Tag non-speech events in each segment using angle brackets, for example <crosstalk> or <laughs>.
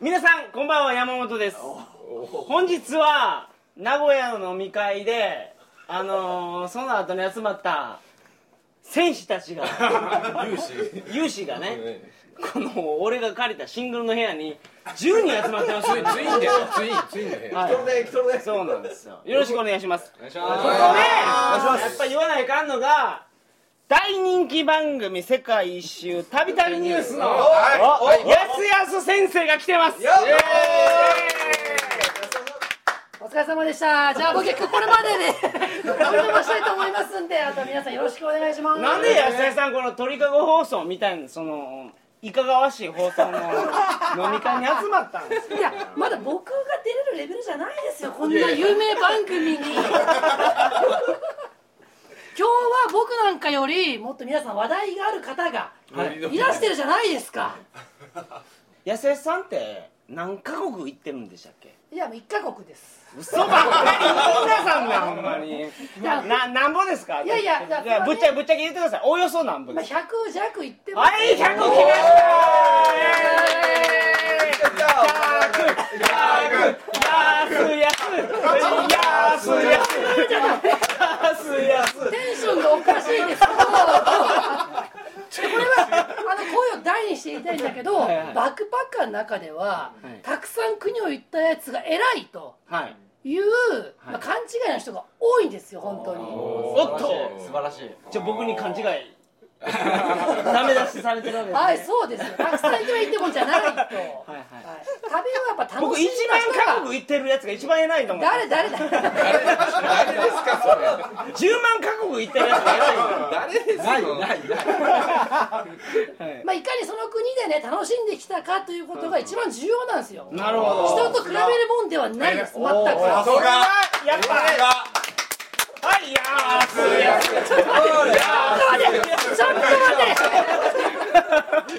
皆さんこんばんは山本です本日は名古屋の飲み会であのーその後に集まった戦士たち <laughs> が有志有志がねこの俺が借りたシングルの部屋に10人集ま <laughs> ってますツインツインでツインツインの部屋はいそうなんですよよろしくお願いしますお願いしますここでやっぱ言わないかんのが大人気番組「世界一周たびたびニュース」のはやすやす先生が来てますお疲れ様でした。じゃあ僕これまででお邪魔したいと思いますんで、あと皆さんよろしくお願いします。なんで安田さんこの鳥かご放送みたいなそのいかがわしい放送の飲み会に集まったんですかいやまだ僕が出れるレベルじゃないですよこんな有名番組に今日は僕なんかよりもっと皆さん話題がある方がいらしてるじゃないですか安田さんって何カ国行ってるんでしたっけいやもう1カ国です嘘ばっかり言うなさんなほんまにいやななんぼですかいやいやいやじゃあぶっちゃけぶっちゃけ言ってくださいおおよそなんぼまであす100弱いってもはい100来ましたやすやすやすやすテンションがおかしいですけどこれはあの声を大にして言いたいんだけどバはいはいックパッカーの中でははいたくさん国を行ったやつが偉いとはいいう、はいまあ、勘違いの人が多いんですよ本当におっと素晴らしいじゃあ僕に勘違いダメ出しされてるわけですねはいそうですよたくさん行けばいいってもんじゃないと、はいはいはい食べはやっぱ楽僕しい一んだ番人韓が国行ってるやつが一番偉いと思う誰誰だ誰です10か万韓国行ってるやつが偉いと思うそれないないないはいまあいかにその国でね楽しんできたかということが一番重要なんですよ人なるほどと比べるもんではないです全くさすやがっぱはいやーすやすちょっと待ってちょっと待って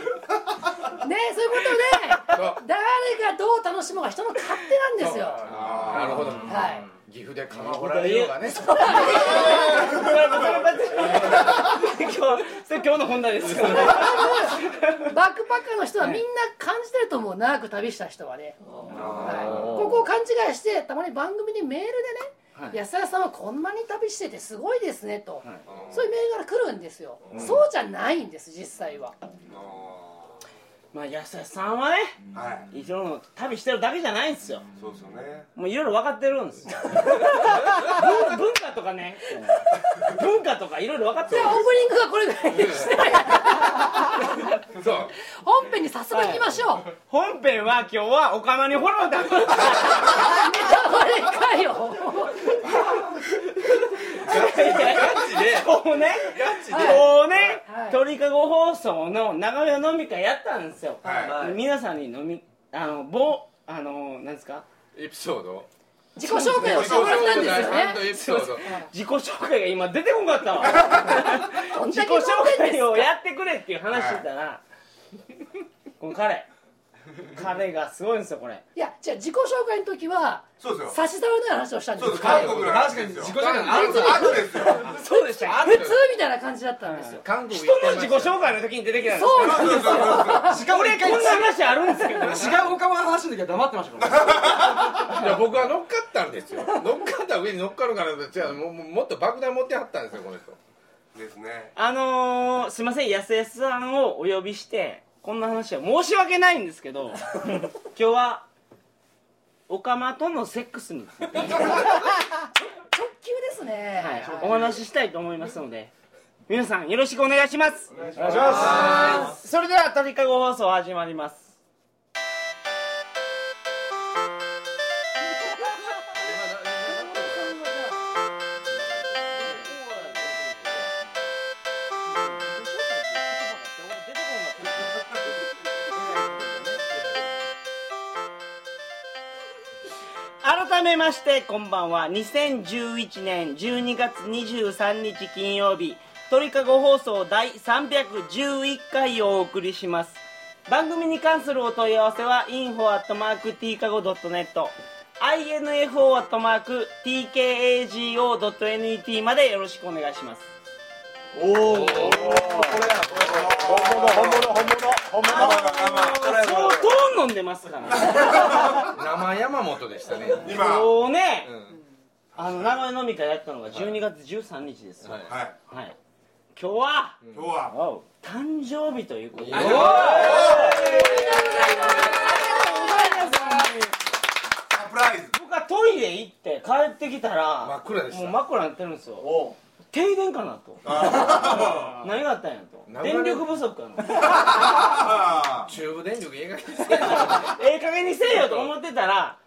ねそういうことで誰がどう楽しもうが人の勝手なんですよなるほどはい岐阜で釜掘られようがねそれ今日それ今日の本題ですよねバックパッカーの人はみんな感じてると思う長く旅した人はね、はい、ここを勘違いしてたまに番組にメールでね「安田さんはこんなに旅しててすごいですね」と、そういうメールが来るんですよ、そうじゃないんです実際はまあ安田さんはねはいいろいろ旅してるだけじゃないんですよそうですよねもういろいろ分かってるんで <laughs> すよ文文化とかね文化とかいろいろ分かってでるオープニングがこれぐらいにしてそう本編に早速行きましょう、 <laughs> 本編は今日はお釜にフォローだあれかよこうね、でこうねは、い鳥かご放送の長め飲み会やったんですよ。は皆さんに飲み、あの、ぼ、あの、なんですか。エピソード自己紹介をしてもらったんですよハンドねエピソード自己紹介が今出てこんかったわ。どん自だ己け飲ん紹でん介ですをかやってくれっていう話してたら。この彼。彼がすごいんですよ、これ。いやじゃあ自己紹介の時はそうですよ差し障りのない話をしたんでそうですすよ韓国の話ですよ自己紹介別にあとですよそうでした。普通みたいな感じだったんですよ韓国人の自己紹介の時に出てきたんですよ。そうなんそうですですそうよしかも俺、こ一回んな話あるんですけど。違うおかまの話の時は黙ってましたからいや僕は乗っかったんですよ乗っかった上に乗っかるから違うもうもうもっと爆弾持ってはったんですよこの人ですですねあのー、すいません、安江さんをお呼びして、こんな話は申し訳ないんですけど、今日は、オカマとのセックスについて、はい直球ですねお話ししたいと思いますので、皆さんよろしくお願いします。お願いします。それでは、鳥かご放送始まります。改めましてこんばんは2011年12月23日金曜日鳥かご放送第311回をお送りします番組に関するお問い合わせは info.tkago.net info.tkago.net までよろしくお願いします本物本物本物相当のんでますから生山本でしたね。今はそうねうんあの名古屋飲み会やったのが12月13日ですよははいい、い今日は今日は誕生日ということでおおーめおでめでととううござごいますサプライズ僕はトイレ行って帰ってきたら真っ暗でしたもう真っ暗になってるんですよ停電かなとあ何があったんやと流れ電力不足かな <laughs> あ中部電力映画館ええ加減にせえよと思ってたら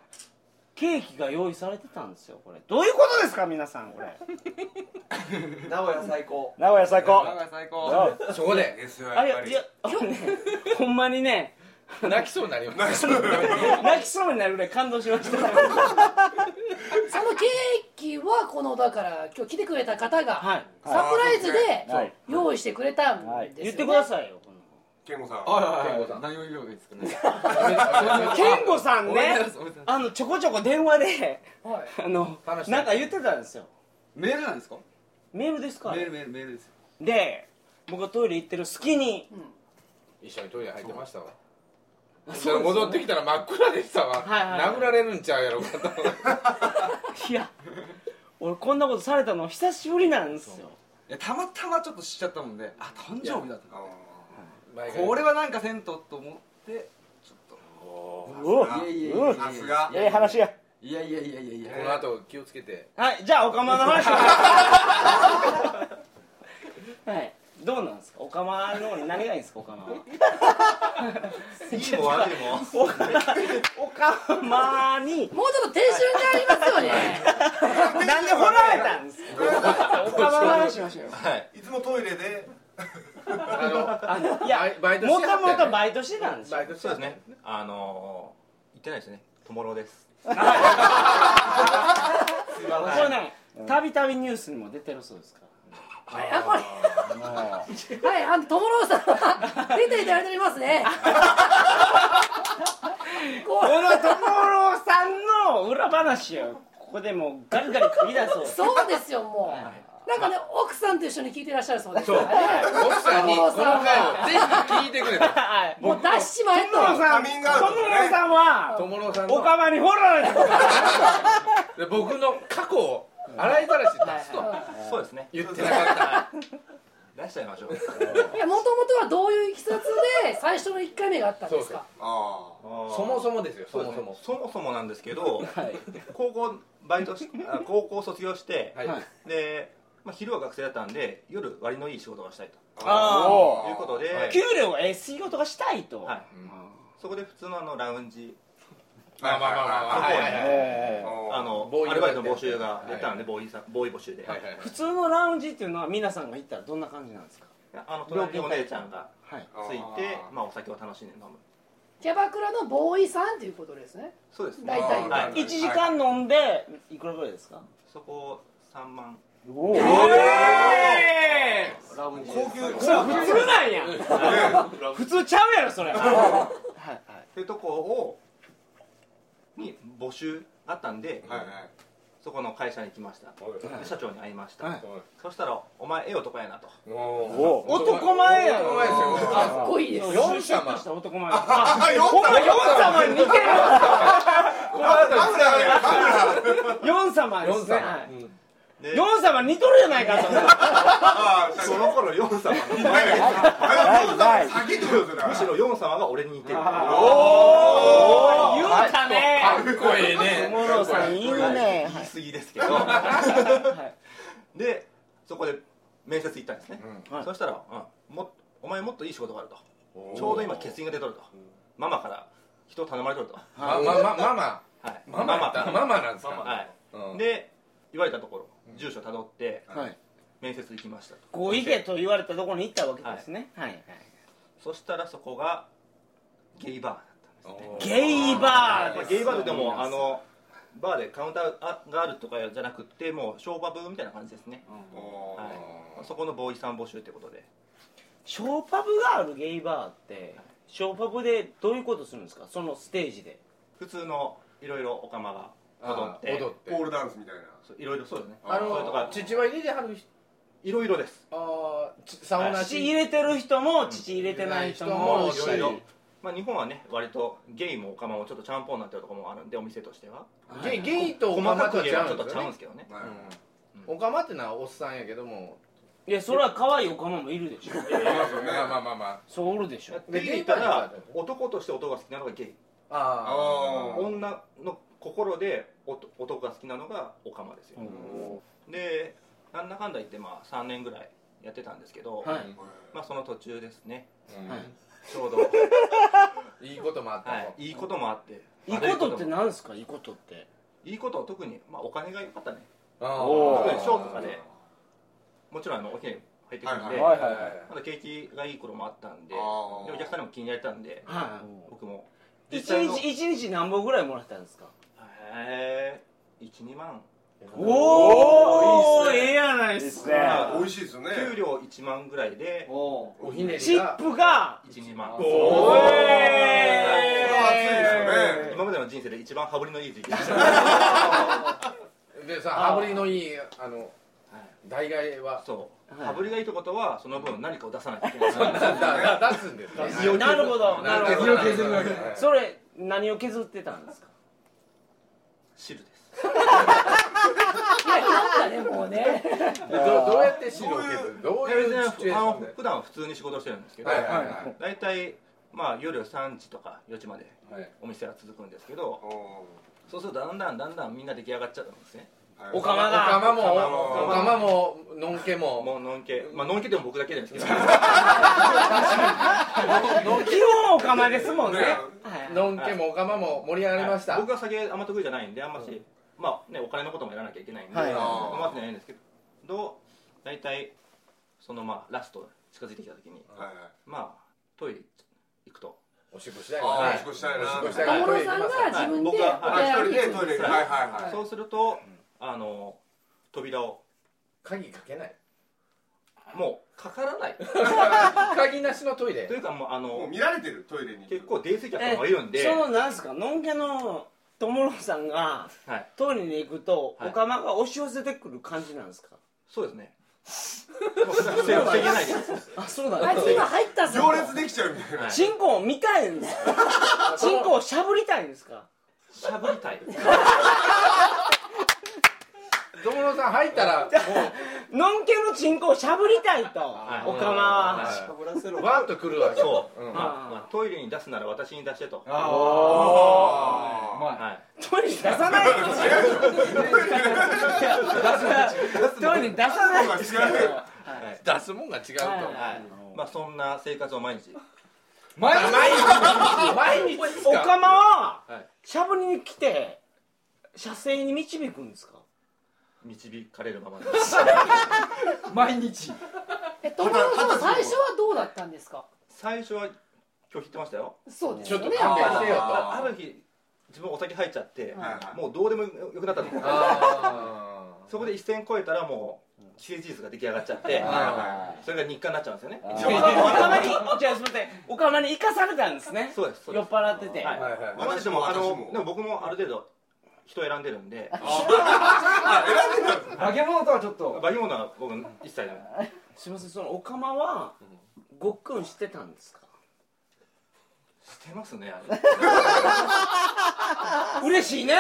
ケーキが用意されてたんですよこれどういうことですか皆さんこれ名古屋最高名古屋最高名古屋最高そこでですよあやっぱれいりやあのねほんまにね泣きそうになりま何しそれ泣きそうになるぐらい感動しましたそのケーキはこのだから今日来てくれた方がはいサプライズはでい用意してくれたんはいですよ、ね言ってくださいよこの健吾さんはい健は吾いさはんい何を言うのがいいですかね健吾さんおめでねとうございますあのちょこちょこ電話ではいあの話してなんか言ってたんですよメールなんですかメールですかメールメールメールですで僕がトイレ行ってる隙に一緒にトイレ入ってましたわそれ戻ってきたら真っ暗でしたわはいはいはい殴られるんちゃうやろかといや俺こんなことされたの久しぶりなんですよいやたまたまちょっと知っちゃったもんであ誕生日だった前からこれはなんかせんとと思ってちおおょっといやいやうんいやさすがいやいや話やいやいやいやいやいやこの後気をつけてはいじゃあおかまの話 <laughs> はいどうなんですかおかまの何がいいんですかおかまはい <laughs> いも悪いもおか <laughs> おかまにもうちょっと低春がありますよ <laughs> ねなんで掘られたんですかおかまの話しましょうよはいいつもトイレであ <laughs> あのいのバやイバイトもしてとはったもよねとバイトしてたんですよバイトしてそうはですね。あのー、行ってないですね。トモロです。これねたびたびニュースにも出てるそうですからやばいはいあの友郎さんは出ていただいておりますねここの所さんの裏話をここでもうガリガリ繰り出そううそうですよもうなんかね奥さんと一緒に聞いてらっしゃるそうですそう奥さんにこの回をぜひ聞いてくれと <laughs> はいもう出しちまえと所さんカミングアウトね所さんは友野さんおのかまに掘られてるで僕の過去を洗いざらし出すとそうですね。言ってなかった出しちゃいましょう。 <laughs> いやもともとはどういういきさつで最初の1回目があったんですかああそそもそもですよそもそもそもそもなんですけど、 <laughs> はい高校バイトし、あ高校卒業して、はいはいで、まあ昼は学生だったんで、夜割のいい仕事がしたいとあーいうことで、給料がええ仕事がしたいとはい。そこで普通のあのラウンジ、まあまあまあまあまあはいはいはいええあのボーイアルバイトの募集やっがて出たんで、ボーイさんボーイ募集で、はいはいはい普通のラウンジっていうのは皆さんが行ったらどんな感じなんですかあの隣にお姉ちゃんがはいついて、まあお酒を楽しんで飲む。キャバクラのボーイさんということですねそうですね。大体はい1時間飲んでいくらぐらいですかそこ三万。おおラム高級それ普通なんや普通ちゃうやろそれっていうとこをに募集あったんで、はいはいそこの会社に来ました、で社長に会いました、はいそしたら「お前ええ男やな」とおー男前やろ男前ですよかっこいいです四社とした男前あよほんま4様に似てマフラーがる4様で四すねはさいんうんで四様似とるやないかと思ってああその頃ヨン様にいないない先ってことですよむしろヨン様が俺に似てるおお言うたねかっこいいねモロさん言うね言い過ぎですけど、でそこで面接行ったんですね、はいそしたら、うんも「お前もっといい仕事がある」と「ちょうど今欠員が出とる」と「ママから人頼まれとる」と「まあまあまあママはい、 <laughs> ママやったママなんですかはいうんで言われたところ住所たどってはい面接行きましたとご意見と言われたところに行ったわけですねはいはいそしたらそこがゲイバーだったんですねゲイバまあーゲイバーででもああののバーでカウンターがあるとかじゃなくてもうショーパブみたいな感じですね、はい、そこのボーイさん募集ってことでショーパブがあるゲイバーってショーパブでどういうことするんですかそのステージで普通のいろいろおかまが踊あっー踊っててポールダンスみたいそういろいろそうですねあそういうとかの父は入れてはる人いろいろですああサウナ乳入れてる人も乳入れてない人もおるしいろいろ、まあ、日本はね割とゲイもオカマもちょっとちゃんぽんになってるところもあるんでお店としてはゲイゲイとオカ細マかとくは言違えばうんちょっですとちよゃうねんですけどねはいオカマってのはおっさんやけどもいやそれは可愛いおかまもいるでしょまあまあまあまあそうおるでしょでゲイいたら男として男が好きなのがゲイあー女の心でおと男が好きなのがオカマですよ、でなんだかんだ言ってまあ3年ぐらいやってたんですけど、はいまあその途中ですねはちょうど、はいいいこともあったとい、いいこともあっていいことって悪いもなんですかいいことっていいことは特に、まあ、お金が良かったねあーおー特にショーとかでもちろんあのお金入ってくるんで、ははいいはいはいまだ景気がいい頃もあったんであーでお客さんにも気に入られたんではい僕も一実際の日一日何本ぐらいもらったんですかへえ12万おおええやないっすいいっすかね美味しいですよね給料1万ぐらいでおおひねりがチップが12万おーこれは熱いですよね今までの人生で一番羽振りのいい時期でしたでさ羽振りのいいあの代替はそうはい羽振りがいいってことはその分何かを出さなきゃい <laughs> けないだだ出すんですねいなるほどなるほど削りを削るわけはいそれ何を削ってたんですか汁ですなんかねもうねでどどうやって資料を削るどういうシチュ別エにーシあョンので普段は普通に仕事してるんですけどはいはいはい大体まあ夜3時とか4時まではいお店は続くんですけどおそうするとだんだんだんだんみんな出来上がっちゃうんですねーお釜おかがまもおかまものんけももうのんけまあのんけでも僕だけですけど基本お釜ですもんねねはいのんけもおかまも盛り上がりました僕は酒あんま得意じゃないんであんまし、まあねお金のこともやらなきゃいけないんで、はい頑張ってないんですけど大体そのまあラスト近づいてきた時にはいはいまあトイレ行くとおしっこしたいからあはーおいしっこしたいなおしっこしたい小から室さんが自分で僕はあ一人でトイレはいはいそはうするとあの扉を鍵かけない <laughs> もうかからない鍵なしのトイレというかもうあいもうの見られてるトイレに結構泥酔客とかもいるんで、そのなんすかのんけの友野さんがはい、トイレに行くとはいおかまが押し寄せてくる感じなんですかそうですねもう防げ防げないですあそうだあいつ今入ったぞ行列できちゃうみたいなはいチンコを見たいんですか <laughs> チンコをしゃぶりたいんですかしゃぶりたい友野さん入ったらものんけのチンコをしゃぶりたいとおかいまははうわーっと来るわけ、そうん、まあまあトイレに出すなら私に出してとあまはいトイレ出さないでしょトイレ出さない <laughs> でしょ違う出すもんが違うと、はいまあそんな生活を毎日前の毎日おかまははいしゃぶりに来て射精に導くんですか導かれるままで毎日え友野さんは最初はどうだったんですか最初は拒否ってましたよそうですよねちょっと勘弁してよあーある日自分お酒入っちゃってはいもうどうでもよくなったんですよあそこで一線越えたらもう既成事実が出来上がっちゃってあそれが日課になっちゃうんですよねおかまにじゃあすみませんおかまに生かされたんですねそうですそう酔でっす払っててはいはいはいまあでもあ私のもでも僕もある程度人選んでるんで化け物とはちょっと化け物は僕一切ダメすみませんそのおかまはごっくんしてたんですかしてますねあれ嬉しいね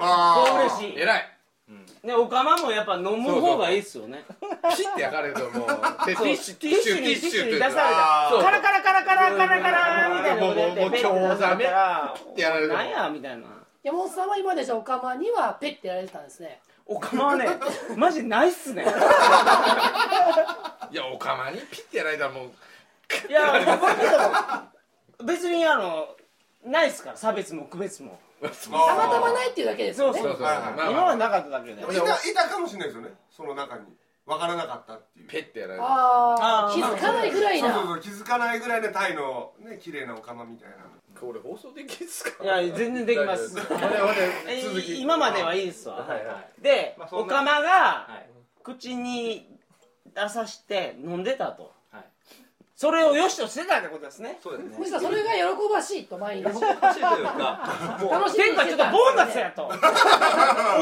あー嬉しい偉いね、おかまもやっぱ飲む方がいいっすよね。ピッて焼かれるともうでテそうィッシュティッシュティッシュにってティッシュに出されたあーカラカラカラカラカラカラみたいなことやってもうもうもうペッて出されたらてやられるなんやみたいな。山本さんは今までじゃあお釜にはペッてやられてたんですねおかまはね、マジないっすね。いやお釜にピッてやられたらもういや、僕はけど別にあのないっすから差別も区別も。たまたまないっていうだけですよねそうそうそうそうまあ今まはあなかっただけで。いたいたかもしれないですよねその中に分からなかったっていうペッてやられるああーあ気づかないぐらいそうそうなそう気づかないぐらいのタイのね綺麗なお釜みたいなこれ放送できますかいや全然できます大丈夫ほんでほんでえ続き今まではいいっすわ。はいはでまあ、そんなおかまはがい口に出さして飲んでたと。はいそれを良しとしてたってことですね。そうですねむしろそれが喜ばしいと毎日喜ばしいというかもう楽してみにいしかちょてっとたんですボーナスねや <laughs> と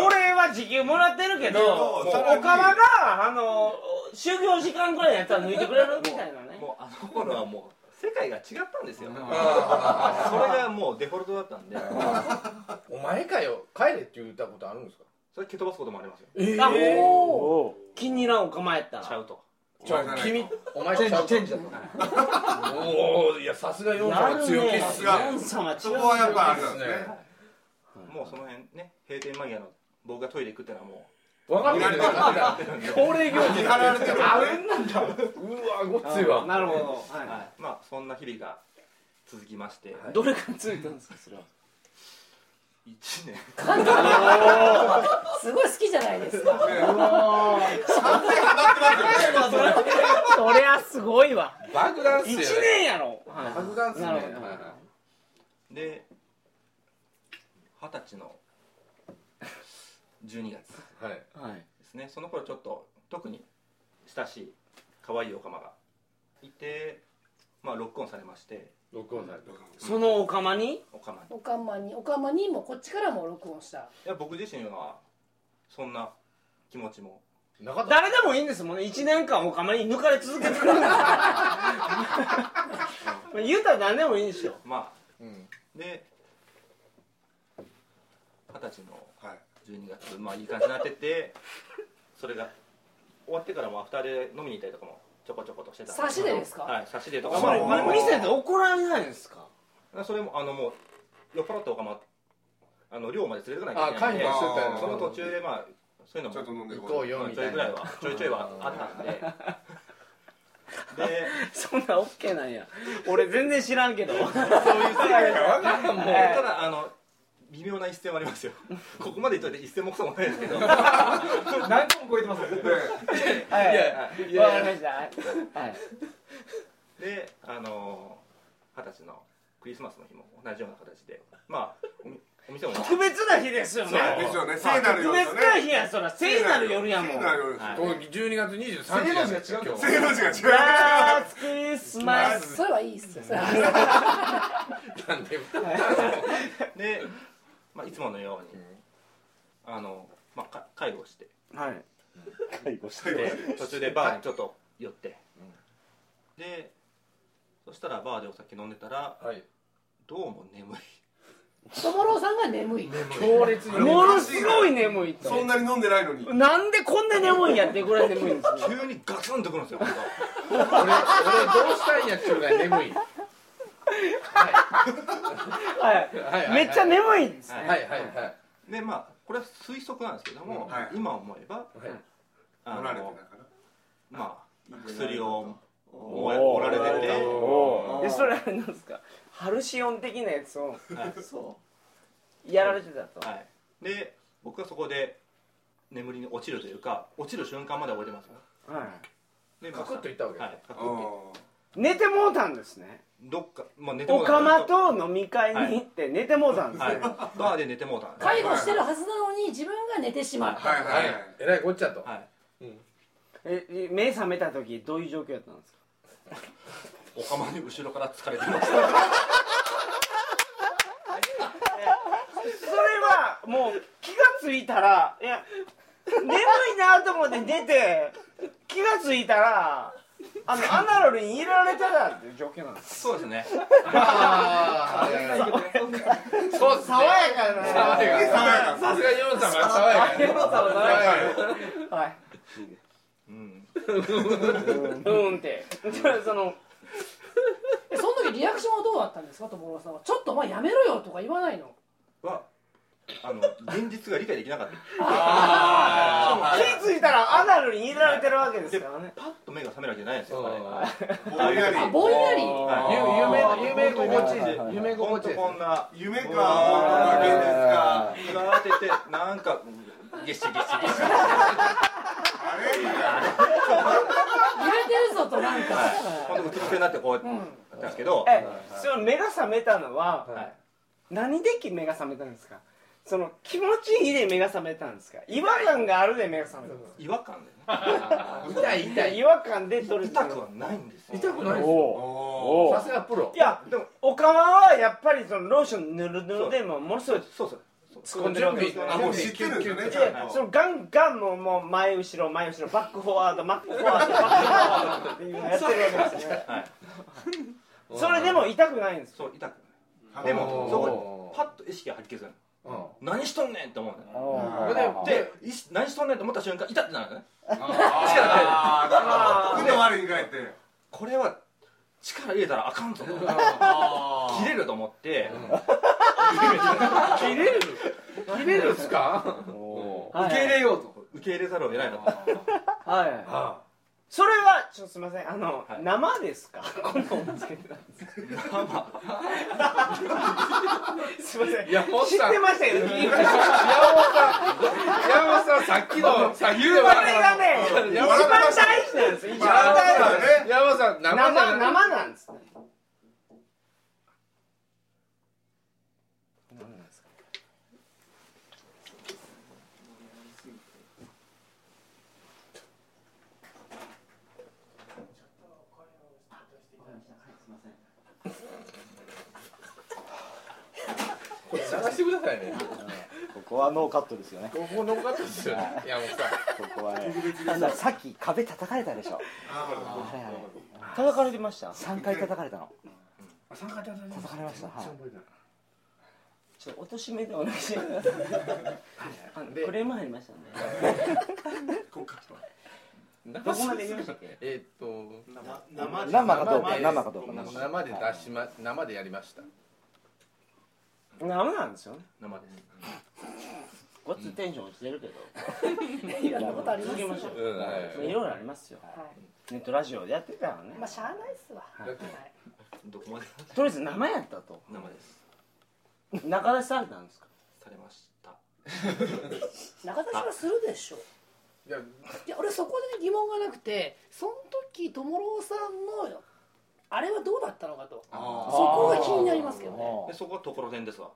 俺は時給もらってるけどもうさらにおかまがあの就業時間ぐらいやったら抜いてくれるみたいなねもうあの頃はもう世界が違ったんですよ、あそれがもうデフォルトだったんでーお前かよ帰れって言ったことあるんですかそれ蹴飛ばすこともありますよえあー、おー気に入らんお構えったちゃらうとちょ君お前チェンちゃジうチェンジだとおおいやさすがヨン様強気っすねがヨン様そ強こはやっぱあれ強な気んでですねすねもうその辺ね閉店間際の僕がトイレ行くってのはも分かってる分かってる恒例行事見張られてるあれなんだうわごっついわなるほど、う、ははいまあそんな日々が続きまして、い、どれがついたんですか <laughs> それは一年すごい好きじゃないですかそりゃすごいわ爆弾っす1よね年やろ、はい爆弾っすねなるほどはいはいで二十歳の12月はいはい、ですねその頃ちょっと特に親しい可愛いおかまがいてまあロックオンされまして録音されてそのお釜におかまにおかんまにおかんまにもこっちからも録音したいや僕自身はそんな気持ちもなかった誰でもいいんですもんね1年間お釜に抜かれ続けてくれるんですよ言うたら何でもいいんでしょまあうんで二十歳のはい12月まあいい感じになってて <laughs> それが終わってからもアフターで飲みに行ったりとかもちょこちょことしてたん差しでですかはい差しでとかあんまりもお店で怒られないんですかそれもあのもう酔っ払ったおかまあの寮まで連れてかなあきゃい会け議してないんでたよねその途中でまあそういうのちょっとも飲んで行こうよみちょたいいぐらいなはちょいちょいはあったんでで <laughs> そんなオッケーなんや俺全然知らんけどそういう世界が分からんもんえただあの微妙な一線はありま <laughs> すよここまで言っといて一線もくそもないですけど何個も超えてますよねはいいやいやわかりましたはい、であの二十歳のクリスマスの日も同じような形でまあおみお店も <laughs> 特別な日ですよねそうですよね聖な特る夜別ですなよ日ねやそら聖なる夜やもん聖なる夜ですはいこう12月23日なんですよ今日聖の字が違うラスクリスマスそれはいいっすよそれはなんでで、まあ、いつものように、あの、まあ、か介護してはいで途中でバーにちょっと寄って、でそしたらバーでお酒飲んでたらはいどうも眠いそぼろうさんが眠い強烈にものすごい眠いとそんなに飲んでないのになんでこんな眠いんやってぐらい眠いんですね急にガツンとくるんですよ本俺俺どうしたいんやっちゅうぐらい眠いははいいめっちゃ眠いんです当ははいいはいはいいでまあこれは推測なんですけども、うんはい今思えばはいあおられてなのかまあ薬をおもらもられてておでそれは何ですかハルシオン的なやつをやられてたとはい、で僕はそこで眠りに落ちるというか落ちる瞬間まで覚えてますよはいでカクッといったわけまあはいカクらッと寝てもうたんですねどっか、まあ、寝ておもうたかまと飲み会に行って寝てもうたんですはねいバーで寝てもうたんです介護してるはずなのに自分が寝てしまったはいははいいえらいこっちゃとはいえ目覚めた時どういう状況だったんですかおかまに後ろから疲れてましたそれはもう気がついたらいや眠いなと思って出て気がついたらあのアナロルに入れられてたっていう状況なんです <laughs> そうですねああそうっすね爽やかな爽やか爽やかさすがヨン様は爽やかやね爽やかはいうんうんってじゃあそのえその時リアクションはどうだったんですかとぼろうさんはちょっとまあやめろよとか言わないのはあの現実が理解できなかった気づいたらアナルに入れられてるわけですでからねパッと目が覚めるわけじゃないですうよあれんぼんやりあぼんやりはいゆ夢夢心地いいはいはいはい夢心地いいですほんとこんな夢か本当か現実かが当ててなんかゲシゲシゲシあれみたいな揺れてるぞとなんかほんとうつ伏せになってこうやってうんやったんですけどえその目が覚めたのは、はい何で目が覚めたんですかその気持ちいいで目が覚めたんですか違和感があるで目が覚めたんですか違和感でね痛い痛い違和感で取れ痛くはないんですよ痛くないですよおおさすがプロいやでもおかまはやっぱりそのローションぬるぬるでもうものすごいそうそうそう突っ込んでるわけですよあねもう知ってるんですよねいちゃんやとそのガンガンもうもう前後ろ前後ろバックフォワードバックフォワードバックフォワードっていうのやってるわけですよねそれでも痛くないんですそう痛くあないでもそここでパッと意識が張り削るうんうん何しとんねんって思うのよそれででいし何しとんねんって思った瞬間痛ってなるのねあーなるほど運の悪いに帰ってこれは力入れたらあかんぞあ切れると思って切れる切れるっすか受け入れようと受け入れざるを得ないなとはいあそれはちょっとすみませんあの、はい生ですかこんなのつけてたんです生すみませんいやもっ知さんってましたけどギリギリ山本さん山本さんさっきのさっきそのれがね一山番大本事なさんんですよ一まあ番大事なんです山本さん生生じゃない生なんですねこれ探してくださいねここはノーカットですよねここの方ですよね山本さここはねなんださっき壁叩かれたでしょあれあれ叩かれてました3回叩かれたの参加いただきます叩かれましたはいちょっとおとしめでお願いしますあのクレーム入りましたねんどこまで言いましたっけえーっと生生かどうかで生かどうか生で出しま生でやりました生なんですよね生ですごっつテンション落ちてるけど <laughs> いろんなことありま続すけよましょうんはういいろいろありますよはいネットラジオでやってたのねまあしゃあないっすわだってはいどこまでとりあえず生やったと生です中出しされたんですかされました中田さんはするでしょいやいや俺そこで疑問がなくてその時友郎さんのあれはどうだったのかとそあこが気になりますけどねでそこはところてんですわ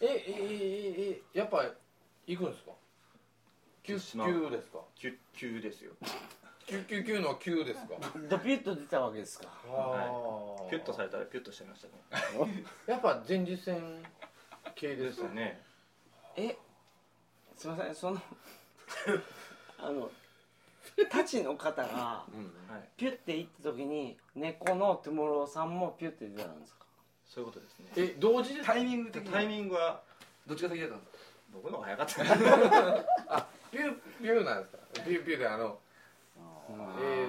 えええええやっぱ行くんですか九します九ですか急急ですよ九九九の九ですかドピュッと出たわけですかあピュッとされたらピュッとしちゃいましたねやっぱ前立腺系でですすよねえすいませんそのあのたちの方がうんはいピュッて行った時に猫のトゥモローさんもピュッて出たんですかそういうことですねえ同時でタイミングで的にタイミングはどっちが先だったんですか僕の方が早かったピューピューなんですかピューピューであのえ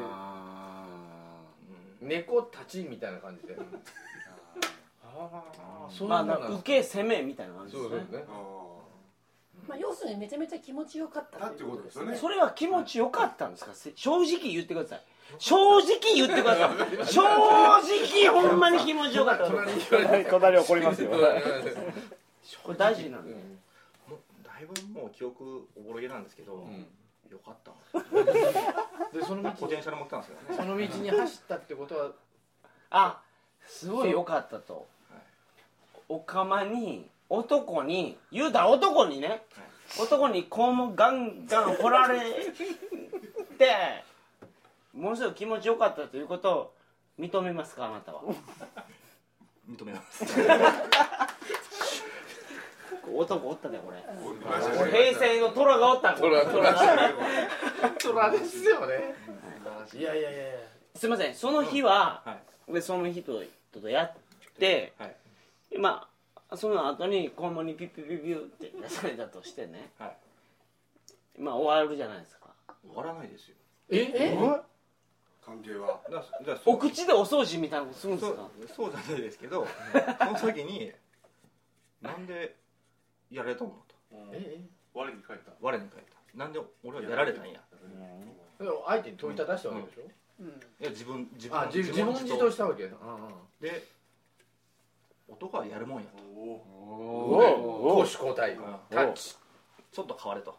ー猫たちみたいな感じでああそうまなあんだなんか受け攻めみたいな感じでそうすでねすねまあ要するにめちゃめちゃ気持ちよかっーただっってていうここととでですすよねねそれは気持ちよかったんですかせ正直言ってください正直言ってください正直ほんまに気持ちよかった隣に言われてかなり怒りますよこれ大事なんでもうだいぶもう記憶おぼろげなんですけど、よかったんです <laughs> でそのよポ道テンシャル持ってたんですよねその道に走ったってことはあすごいよかったとはいおかまに男に言うたら男にね男に肛門ガンガン掘られてものすごい気持ちよかったということを認めますかあなたは <laughs> 認めます男おったでこれマジで平成の虎がおったんこトれラトラトラですよねいやいやいやすいませんその日は、はでその人とやって、はいまあその後に肛門にピュッピュッピュッピュッって出されたとしてね、はいまあ終わるじゃないですか終わらないですよえ関係はだからだからお口でお掃除みたいなことするんでそすうかそうじゃないですけ <laughs> どその時になんでやられたのとえ我に帰った我に返ったなんで俺はやられたんやでも相手に問いただしたわけでしょいや自分自分あ自自問自答したわけうんで男はやるもんやとおお攻守交代タッチちょっと変われと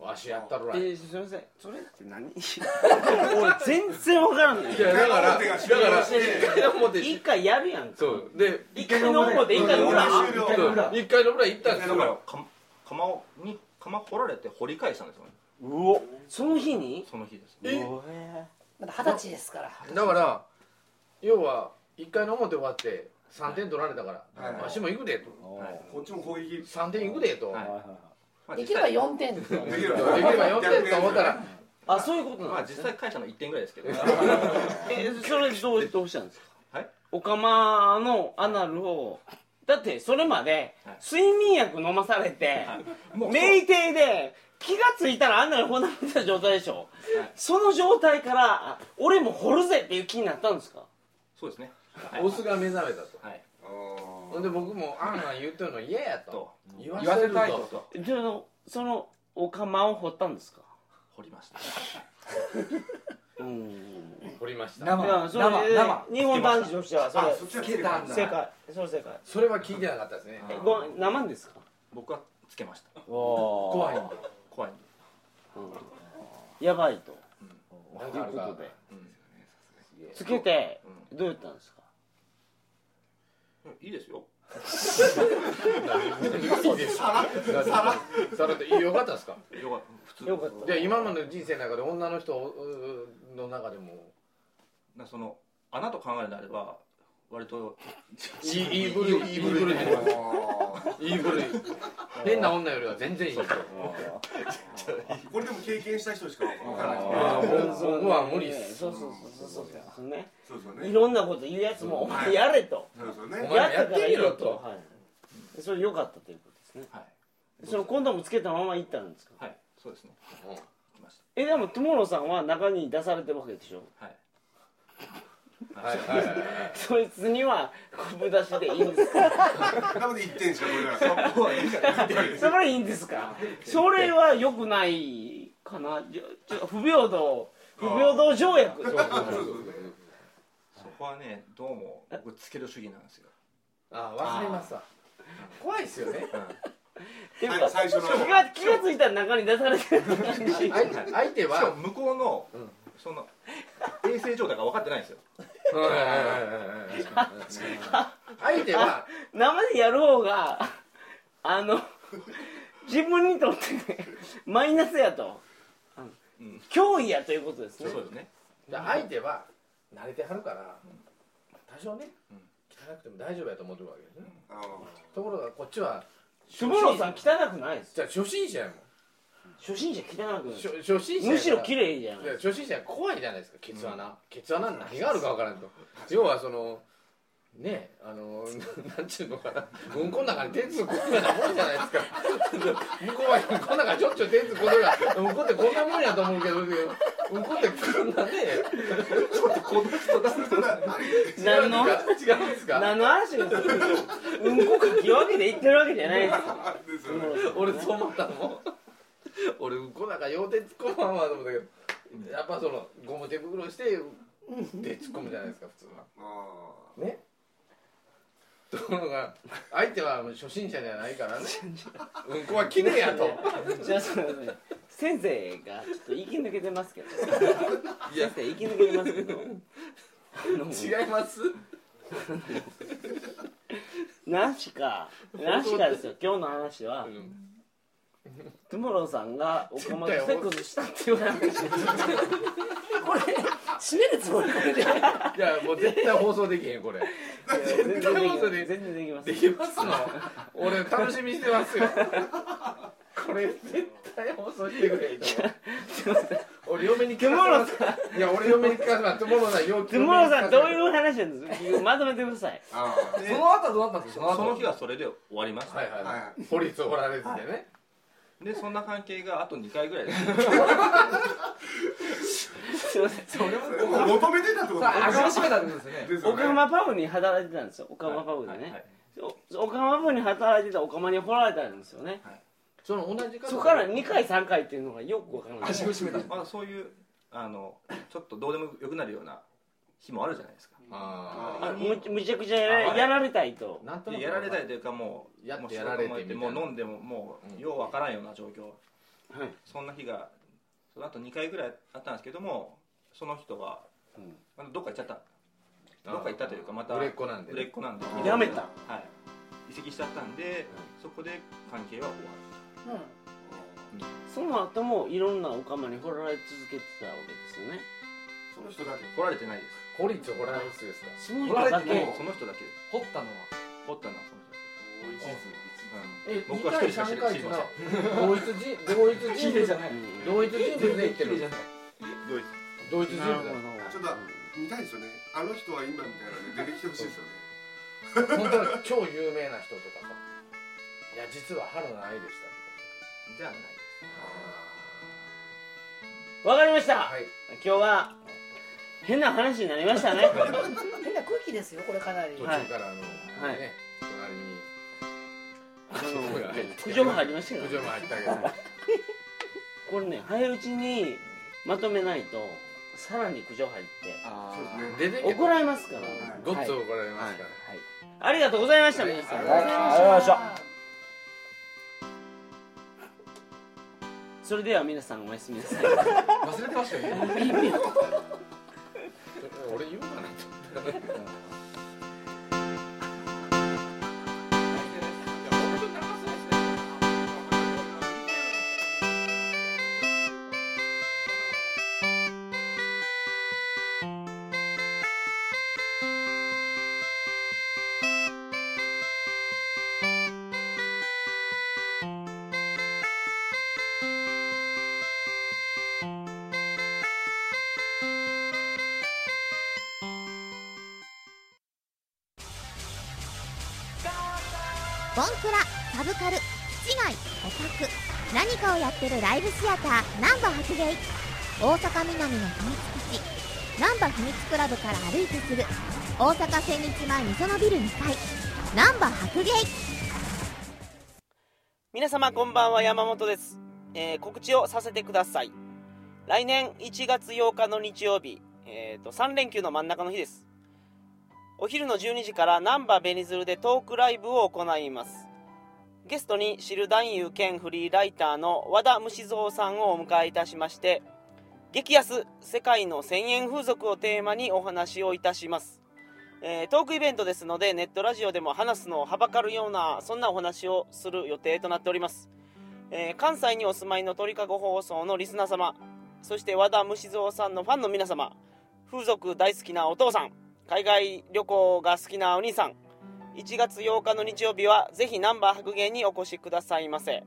わしやったろらえいー、すいませんそれって何俺全然わからんないやだからだから一回表が終了して一一回表回やるやんかそうで一回の表一回裏終了そう一回の裏行ったんですだからよか釜をに釜掘られて掘り返したんですよねうおその日にその日ですえまだ二十歳ですからだから要は一回の表終わって3点取られたから、はいわしも行くでとこっちも攻撃3点行くでと、はいはいはいはいまあできれば4点ですよできできるれば4点と思ったらあそういうことなまあんです実際会社の1点ぐらいですけどえそれどうどうしたんですかはいおかまのアナルをだってそれまではい睡眠薬飲まされて <laughs> もう酩酊で気がついたらあんなにほなれた状態でしょその状態からあ俺も掘るぜっていう気になったんですかそうですねはいオスが目覚めたとはいほんで僕もあんあん言うとるの嫌やとと言言わせたいわせるとじゃあそのおかまを掘ったんですか掘りましたうん掘りましたい生やそれ生生日本男子としてはそあれそっちはつけたんだ正解その正解それは聞いてなかったですねえごめん生んですか僕はつけました怖い怖いやばいとなんといかあうこるかとでつけてどうやったんですかうんいいですよさらさらってよかったですかよか普通よかったじゃあ今までの人生の中で女の人の中でもなその穴と考えるのであれば割といいいい部類いい部類いい部類変な女よりは全然いい人これでも経験した人しかわからないあー僕は無理っねすそうそうそうそうそうねそうですよいねろんなこと言うやつもお前やれとそうですよおね前らややっってたみからろいといよとはいそれ良かったということですねはいその今度もつけたまま行ったんですかはいそうですねうん来ましえでもトゥモローさんは中に出されてるわけでしょ <laughs> たはいはいはいはいそいつには昆布出しでいいんです <laughs> かなので1点しか取れなかっそれはいいんですかそれは良くないかなちょちょ不平等不平等条約たそうそうそこはねどうも僕つける主義なんですよあーわかりますわ怖いですよねっていうはかい最初の気が気がついたら中に出されてる相相手しかもは向こうの、その衛生状態が分かってないんですようんうんうんうんうん相手は生でやる方があの自分にとってねマイナスやと、うん脅威やということですねそうですね相手は慣れてはるから多少ね汚くても大丈夫やと思ってるわけですねあところがこっちはつぼろさん汚くないですじゃあ初心者やもん初心者汚くない初初心者やからむしろ綺麗じゃないいや初心者は怖いじゃないですかケツ穴、ケツ穴に何があるかわからんと要はそのねえあのななんちゅうのかなうんこの中に手つくようなもんじゃないですか向こうはうんこの中にちょっちょ手つくことがうんこってこんなもんやと思うけどうんこってこんなね何の違うんですか違うんですか何の話ですかうんこかき分けで言ってるわけじゃないですよあですよね俺そう思ったの俺うんこなんか両手突っ込まんわと思ったけどやっぱそのゴム手袋して手突っ込むじゃないですか普通はねところが相手は初心者じゃないからねうんこは綺麗やと <laughs> じゃあそうですね先生がちょっと息抜けてますけどいや先生息抜けてますけど違いますなしかなしかですよ今日の話は、うんトゥモローさんがお釜でセックスしたっていう話これ締めるつもりこれでいやもう絶対放送できへんこれ全対然放送ででき全然できますできますの俺楽しみにしてますよこれ絶対放送してくれいいと思う俺嫁に聞かせ <laughs> ますいや俺嫁に聞かせますトゥモローさんよトゥモローさんどういうう話なんですかまとめてくださいあその後はどうなったんですそかのその日はそれで終わりました、はいはいあははいい法律を掘られててねでそんな関係があと2回ぐらいですすいませんはい求めてたってことあがらしめたってことですよねですオよカねマパブに働いてたんですよオカマパブではいはねいオカマパブに働いてたオカマに掘られたんですよねその同じ方そこから2回3回っていうのがよくわからない足を締めたまあそういうあのちょっとどうでもよくなるような日もあるじゃないですかああむむちゃくちゃやらやられたいとーなんとなでくやられたいというかもうやってもう仕や事られても行ってみたいもなう飲んでももうんうようわからんような状況、はいそんな日がその後2回ぐらいあったんですけどもその人が、うんあのどっか行っちゃったどっか行ったというかまた売れっ子なんで売れっ子なんでやめたはい移籍しちゃったんで、そこで関係は終わその後もいろんなオカマに掘られ続けてたわけですよねその人だける来られてないです法律を掘られる人ですかその人だ掘られけてその人だけです掘ったのは掘ったのはその人だ美味しいですけ、え僕は一人しか知り二回知り <laughs> ま三回っていうのは同一人同一人綺麗じゃ物ないうん同一人物で言ってるんですないドイツドイツ人なるほだどよちょっと見たいですよねあの人は今みたいなね出てきてほしいですよね本当に超有名な人とかさいや実は春の愛でしたじゃあないですわかりました、はい今日は変な話になりましたね変な空気ですよこれかなり途中からあの、はいね隣にあそうやの苦情も入りましたけ苦ど情も入ったけどこれね早いうちにまとめないとさらに苦情入ってそうですね出てき怒たられますからごっつ怒られますから、ありがとうございました皆さんありがとうございましたありがとうございまそれでは皆さんおやすみなさい忘れてましたよね俺言うかなとボンクラサブカル市街オタク何かをやってるライブシアター難波発芸大阪南の秘密基地難波秘密クラブから歩いてする大阪千日前みそのビル2階難波発芸皆様こんばんは山本です、えー告知をさせてください来年1月8日の日曜日、えー、と3連休の真ん中の日ですお昼の12時からナンバーベニズルでトークライブを行いますゲストに知る男優兼フリーライターの和田虫蔵さんをお迎えいたしまして激安世界の1000円風俗をテーマにお話をいたしますえートークイベントですのでネットラジオでも話すのをはばかるようなそんなお話をする予定となっております、えー関西にお住まいの鳥かご放送のリスナー様そして和田虫蔵さんのファンの皆様風俗大好きなお父さん海外旅行が好きなお兄さん1月8日の日曜日はぜひナンバー白芸にお越しくださいませ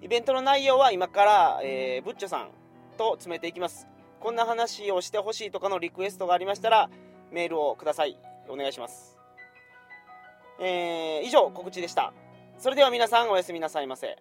イベントの内容は今から、えーブッチョさんと詰めていきますこんな話をしてほしいとかのリクエストがありましたらメールをくださいお願いしますえー以上告知でしたそれでは皆さんおやすみなさいませ